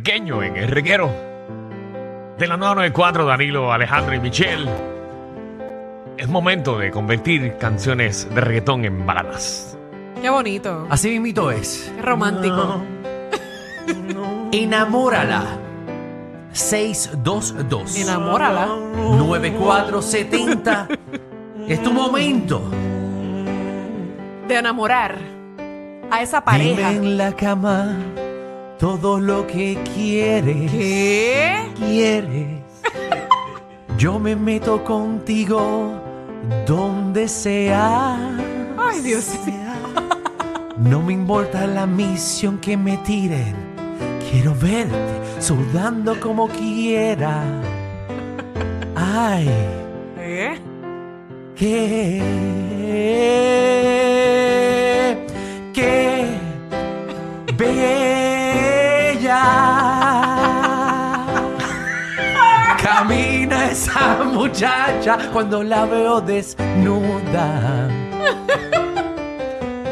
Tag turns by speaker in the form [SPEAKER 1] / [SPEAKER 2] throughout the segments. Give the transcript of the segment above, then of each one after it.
[SPEAKER 1] puertorriqueño en el reguero de la 994, Danilo, Alejandro y Michelle. Es momento de convertir canciones de reggaetón en baladas.
[SPEAKER 2] Qué bonito.
[SPEAKER 3] Así mismito es.
[SPEAKER 2] Qué romántico.
[SPEAKER 3] Enamórala. 622.
[SPEAKER 2] Enamórala.
[SPEAKER 3] 9470. es tu momento.
[SPEAKER 2] De enamorar a esa pareja.
[SPEAKER 3] Dime en la cama todo lo que quieres.
[SPEAKER 2] ¿Qué?
[SPEAKER 3] Quieres. Yo me meto contigo donde sea.
[SPEAKER 2] Ay, Dios.
[SPEAKER 3] sea. No me importa la misión que me tiren. Quiero verte sudando como quiera. Ay.
[SPEAKER 2] ¿Eh?
[SPEAKER 3] Qué, qué bella camina esa muchacha cuando la veo desnuda.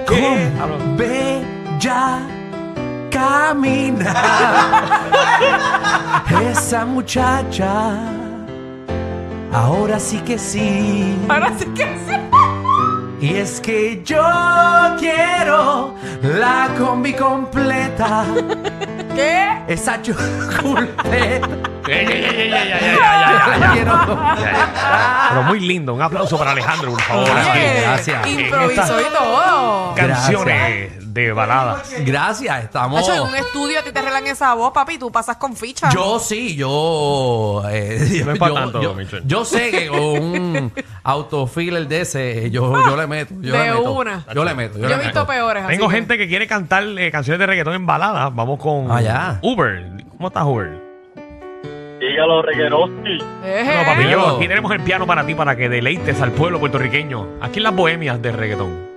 [SPEAKER 3] Qué bella camina esa muchacha. Ahora sí que sí.
[SPEAKER 2] Ahora sí que sí.
[SPEAKER 3] Y es que yo quiero la combi completa,
[SPEAKER 2] ¿Qué?
[SPEAKER 3] esa chuleta.
[SPEAKER 1] Ey, ey, ey, ey, ey, ey, ey, ey, ey,
[SPEAKER 3] La quiero.
[SPEAKER 1] ey, ey. Pero muy lindo. Un aplauso para Alejandro, por favor.
[SPEAKER 3] Gracias,
[SPEAKER 1] aquí.
[SPEAKER 2] Oye,
[SPEAKER 3] gracias.
[SPEAKER 2] Improvisó y todo.
[SPEAKER 1] Canciones de baladas.
[SPEAKER 3] Gracias, estamos.
[SPEAKER 2] Nacho, en un estudio a ti te arreglan esa voz, papi, tú pasas con ficha.
[SPEAKER 3] Yo sí, yo. eh,
[SPEAKER 1] No es pa' tanto,
[SPEAKER 3] yo,
[SPEAKER 1] Michelle.
[SPEAKER 3] yo sé que con un autofiller de ese, eh, yo, yo le meto. Yo
[SPEAKER 2] De
[SPEAKER 3] le meto.
[SPEAKER 2] una.
[SPEAKER 3] Yo le meto. Yo,
[SPEAKER 2] Yo he
[SPEAKER 3] le
[SPEAKER 2] visto
[SPEAKER 3] meto.
[SPEAKER 2] peores. así
[SPEAKER 1] Tengo
[SPEAKER 2] que-
[SPEAKER 1] gente que quiere cantar eh, canciones de reggaetón en baladas. Vamos con
[SPEAKER 3] Ah, ya.
[SPEAKER 1] Uber. ¿Cómo estás, Uber?
[SPEAKER 4] Dígalo, reguerosti.
[SPEAKER 2] Ejé.
[SPEAKER 1] No, papi,
[SPEAKER 3] Hello.
[SPEAKER 1] yo, aquí tenemos el piano para ti, para que deleites al pueblo puertorriqueño. Aquí en las bohemias de reggaetón.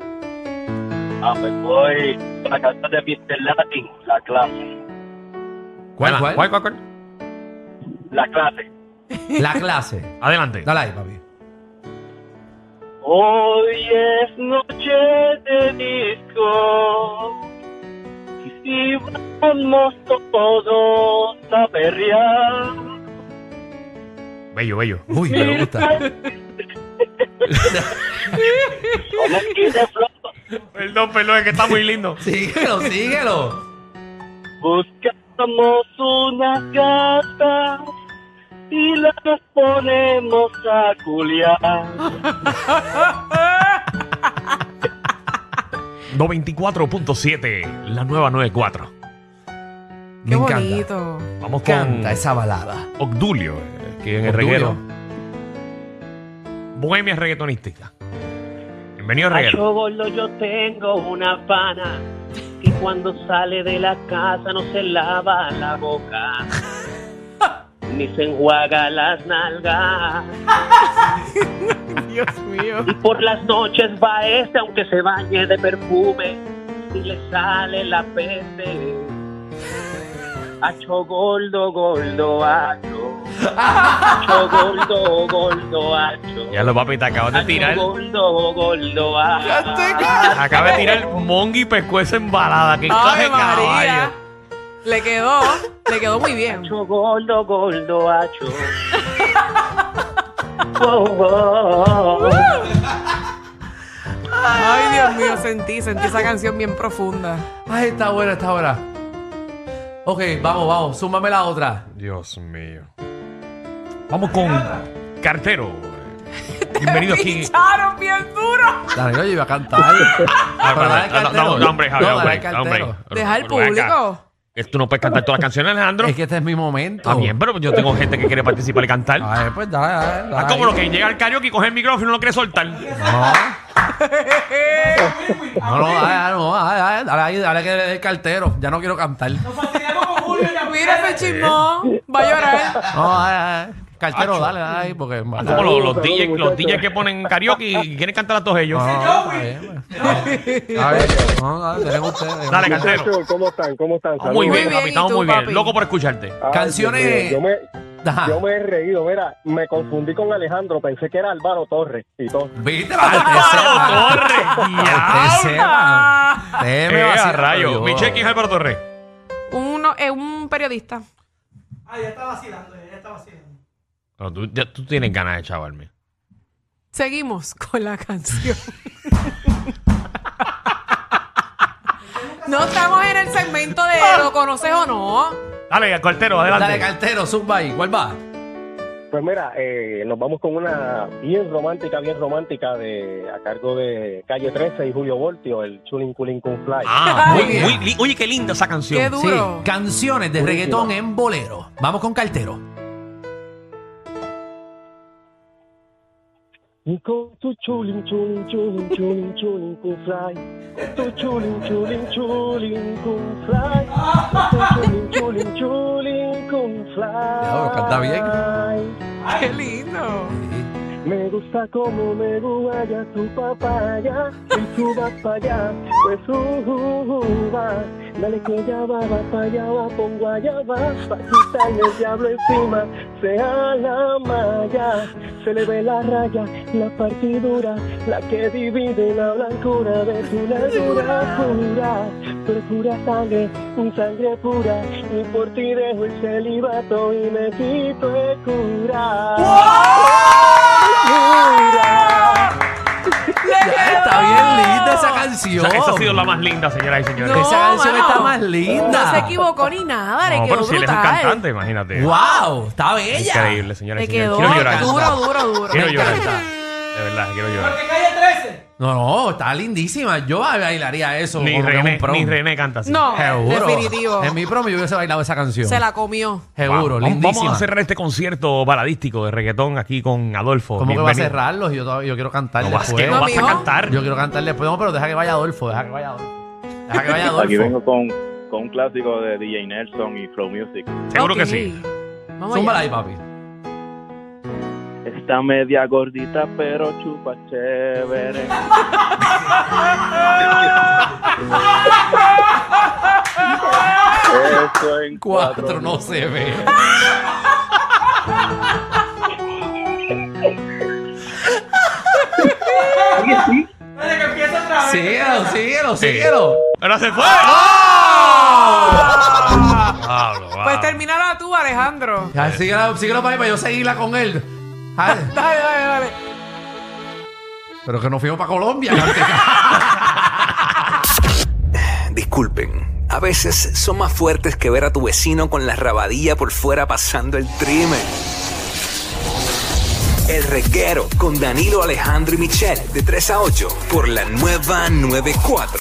[SPEAKER 4] Ah, pues voy con la canción de Mr. Latin, la clase.
[SPEAKER 3] ¿Cuál,
[SPEAKER 1] Adelante.
[SPEAKER 3] cuál?
[SPEAKER 1] cuál, cuál?
[SPEAKER 4] La clase.
[SPEAKER 3] La clase.
[SPEAKER 1] Adelante.
[SPEAKER 3] Dale ahí, papi.
[SPEAKER 4] Hoy es noche de disco y vamos todos a perrear.
[SPEAKER 1] Bello, bello.
[SPEAKER 3] Uy, me gusta.
[SPEAKER 4] Con el kit de flor,
[SPEAKER 1] Perdón, perdón, es que está muy lindo.
[SPEAKER 3] síguelo, síguelo.
[SPEAKER 4] buscamos unas gatas y las ponemos a culiar.
[SPEAKER 1] 94.7, la nueva 94.
[SPEAKER 2] Qué
[SPEAKER 3] Me encanta.
[SPEAKER 2] bonito.
[SPEAKER 1] Vamos con
[SPEAKER 3] Canta esa balada.
[SPEAKER 1] Obdulio, eh, que en el
[SPEAKER 3] Obdulio.
[SPEAKER 1] reguero. Bohemia reggaetonística. Bienvenido al
[SPEAKER 5] A
[SPEAKER 1] reguero.
[SPEAKER 5] yo gordo yo tengo una pana que cuando sale de la casa no se lava la boca ni se enjuaga las nalgas
[SPEAKER 2] Dios mío.
[SPEAKER 5] y por las noches va este aunque se bañe de perfume y le sale la peste. Acho gordo, gordo, acho. Acho gordo, gordo, acho.
[SPEAKER 1] Ya lo papi, te acabas de
[SPEAKER 5] Acho
[SPEAKER 1] tirar.
[SPEAKER 5] Gordo, gordo, acho.
[SPEAKER 1] Acaba de tirar Mongi Pescuezo en balada. ¡Qué clase
[SPEAKER 2] Ay,
[SPEAKER 1] de
[SPEAKER 2] María.
[SPEAKER 1] caballo!
[SPEAKER 2] Le quedó, le quedó muy bien.
[SPEAKER 5] Acho gordo, gordo, acho. Oh, oh, oh.
[SPEAKER 2] Ay, Dios mío, sentí, sentí esa canción bien profunda.
[SPEAKER 3] Ay, está buena, está buena. Ok, vamos, vamos, súmame la otra.
[SPEAKER 1] Dios mío. Vamos con Cartero. Bienvenido aquí.
[SPEAKER 2] Pincharon bien duro.
[SPEAKER 3] Dale, yo iba a cantar.
[SPEAKER 1] Ah,
[SPEAKER 3] Pero
[SPEAKER 1] espérate,
[SPEAKER 3] dale
[SPEAKER 1] no,
[SPEAKER 3] cartero.
[SPEAKER 1] no, no, hombre, Javier,
[SPEAKER 3] No, dale
[SPEAKER 1] hombre,
[SPEAKER 3] cartero.
[SPEAKER 1] hombre. Pero-
[SPEAKER 2] Deja al
[SPEAKER 1] pero ven acá.
[SPEAKER 2] público.
[SPEAKER 1] Es- Tú no puedes cantar todas las canciones, Alejandro.
[SPEAKER 3] Es que este es mi momento.
[SPEAKER 1] Está bien, pero yo tengo gente que quiere participar y cantar. Ah,
[SPEAKER 3] Ay, pues dale, dale. dale.
[SPEAKER 1] como lo que llega al karaoke y coge el micrófono y no lo quiere soltar.
[SPEAKER 2] Eh,
[SPEAKER 3] No, no, dale, dale, no, dale, dale, dale, ahí, dale que le dé el cartero. Ya no quiero cantar. No,
[SPEAKER 2] Mira ese chismón. Va a llorar.
[SPEAKER 3] dale, dale. Cartero, dale, dale, ahí, porque.
[SPEAKER 1] Ah, Como los, los DJs, los DJs que ponen karaoke y quieren cantar a todos ellos.
[SPEAKER 3] Ah,
[SPEAKER 1] Ah,
[SPEAKER 3] pues. A ver, no, dale, dejen ustedes, dejen
[SPEAKER 1] Dale,
[SPEAKER 3] ustedes.
[SPEAKER 1] cartero.
[SPEAKER 6] Muchachos, ¿Cómo están? ¿Cómo están?
[SPEAKER 1] Ah, Muy
[SPEAKER 6] Saludos.
[SPEAKER 1] bien,
[SPEAKER 2] bien,
[SPEAKER 1] papi,
[SPEAKER 2] ¿y
[SPEAKER 1] estamos
[SPEAKER 2] tú,
[SPEAKER 1] muy bien.
[SPEAKER 2] papi?
[SPEAKER 1] Loco por escucharte.
[SPEAKER 6] Ay,
[SPEAKER 3] Canciones.
[SPEAKER 6] Dios mío, Yo me,
[SPEAKER 1] Ah.
[SPEAKER 3] Ajá.
[SPEAKER 6] yo me he reído. Mira, me confundí con Alejandro. Pensé que era Álvaro Torres y todo.
[SPEAKER 3] Viste, para que te sepa.
[SPEAKER 1] Torres!
[SPEAKER 3] Para que
[SPEAKER 1] ¡Diablo!
[SPEAKER 3] te sepa. Te me
[SPEAKER 2] Ah.
[SPEAKER 1] Eh,
[SPEAKER 3] vacila,
[SPEAKER 1] a rayo.
[SPEAKER 3] yo-
[SPEAKER 1] Michelle, ¿quién es Álvaro Torres?
[SPEAKER 2] Uno, eh, un periodista.
[SPEAKER 7] Ah, ya está vacilando, ya está vacilando.
[SPEAKER 1] No, tú, ya- tú tienes ganas de chavarme.
[SPEAKER 2] Seguimos con la canción. no estamos en el segmento de lo conoces o no.
[SPEAKER 1] Dale, cartero, adelante.
[SPEAKER 3] Dale, cartero, zumba ahí. ¿Cuál va?
[SPEAKER 6] Pues mira, eh, nos vamos con una bien romántica, bien romántica de a cargo de Calle 13 y Julio Voltio, el Chulin Culin Kun Fly.
[SPEAKER 1] Ah, muy,
[SPEAKER 3] Muy bien.
[SPEAKER 1] muy li- oye, qué linda esa
[SPEAKER 2] Qué
[SPEAKER 1] canción.
[SPEAKER 2] duro.
[SPEAKER 3] Sí, canciones de reggaetón en bolero. Vamos con cartero.
[SPEAKER 6] Y con tu Chulin Chulin Chulin Chulin Chulin Kun Fly, tu Chulin Chulin Chulin Kun Fly, tu Chulin Chulin Chulin Kun Fly.
[SPEAKER 3] Diablo, canta
[SPEAKER 6] bien.
[SPEAKER 2] Qué lindo.
[SPEAKER 6] Me gusta como me guaya tu papaya y tú vas para allá, pues suba. uh, Dale que ya va, va para allá, va con guayaba, pa' quitarle el diablo encima, sea la malla. Se le ve la raya, la partidura, la que divide la blancura de tu largura pura. Tú eres pura sangre, un sangre pura, y por ti dejo el celibato y me quito el cura.
[SPEAKER 3] Está bien linda esa
[SPEAKER 1] Esa,
[SPEAKER 3] canción.
[SPEAKER 1] esa ha sido la más linda, señoras y señores.
[SPEAKER 2] No,
[SPEAKER 3] Esa canción
[SPEAKER 2] mano.
[SPEAKER 3] está más
[SPEAKER 2] No
[SPEAKER 3] linda.
[SPEAKER 2] se equivocó ni nada, le
[SPEAKER 1] No,
[SPEAKER 2] quedó
[SPEAKER 1] pero si él es un
[SPEAKER 2] brutal.
[SPEAKER 1] cantante, imagínate.
[SPEAKER 3] ¡Wow! ¡Está bella!
[SPEAKER 1] Increíble, señoras
[SPEAKER 2] le
[SPEAKER 1] y señores.
[SPEAKER 2] quedó
[SPEAKER 1] Quiero llorar.
[SPEAKER 2] duro, duro, duro.
[SPEAKER 1] Quiero
[SPEAKER 3] Me
[SPEAKER 1] llorar.
[SPEAKER 3] encanta.
[SPEAKER 1] De verdad, quiero llorar.
[SPEAKER 7] Porque calle 13.
[SPEAKER 3] No, no, está lindísima. Yo bailaría eso.
[SPEAKER 1] Ni
[SPEAKER 3] como que en un
[SPEAKER 1] René,
[SPEAKER 3] prom.
[SPEAKER 1] ni René canta así.
[SPEAKER 2] No,
[SPEAKER 3] Seguro.
[SPEAKER 2] definitivo.
[SPEAKER 3] En mi promo yo hubiese bailado esa canción.
[SPEAKER 2] Se la comió.
[SPEAKER 3] Seguro,
[SPEAKER 1] Vamos-
[SPEAKER 3] lindísima.
[SPEAKER 1] Vamos a cerrar este concierto baladístico de reggaetón aquí con Adolfo.
[SPEAKER 3] ¿Cómo que va a
[SPEAKER 1] Bienvenido.
[SPEAKER 3] cerrarlos? Yo, todavía- yo quiero cantar
[SPEAKER 1] No vas,
[SPEAKER 3] después.
[SPEAKER 1] que no vas a
[SPEAKER 2] Amigo.
[SPEAKER 1] cantar.
[SPEAKER 3] Yo quiero cantar después. No, pero deja que vaya Adolfo. Deja que vaya Adolfo. Deja que vaya
[SPEAKER 4] Aquí
[SPEAKER 3] Adolfo.
[SPEAKER 4] vengo con, con un clásico de DJ Nelson y Flow Music.
[SPEAKER 1] Seguro que
[SPEAKER 2] Ok.
[SPEAKER 1] sí.
[SPEAKER 2] Vamos
[SPEAKER 3] Zúmbala
[SPEAKER 2] allá.
[SPEAKER 3] ahí, papi.
[SPEAKER 4] Está media gordita, pero chupa chévere.
[SPEAKER 6] Eso en
[SPEAKER 3] Cuatro no se ve.
[SPEAKER 7] Dale, que empieza otra vez.
[SPEAKER 3] Síguelo, síguelo, síguelo.
[SPEAKER 1] ¡Pero se fue!
[SPEAKER 3] ¡Ah!
[SPEAKER 1] ¡Oh! Pablo,
[SPEAKER 2] ¡Ah! Pues
[SPEAKER 1] Pablo.
[SPEAKER 2] terminala tú, Alejandro.
[SPEAKER 3] Ya, síguelo, síguelo para ahí para yo seguirla con él. Ay,
[SPEAKER 2] Dale, dale, dale.
[SPEAKER 3] pero que nos fuimos para Colombia. cantica.
[SPEAKER 8] disculpen. A veces son más fuertes que ver a tu vecino con la rabadilla por fuera pasando el trimen. El reguero con Danilo Alejandro y Michel de 3 a 8 por la nueva 94.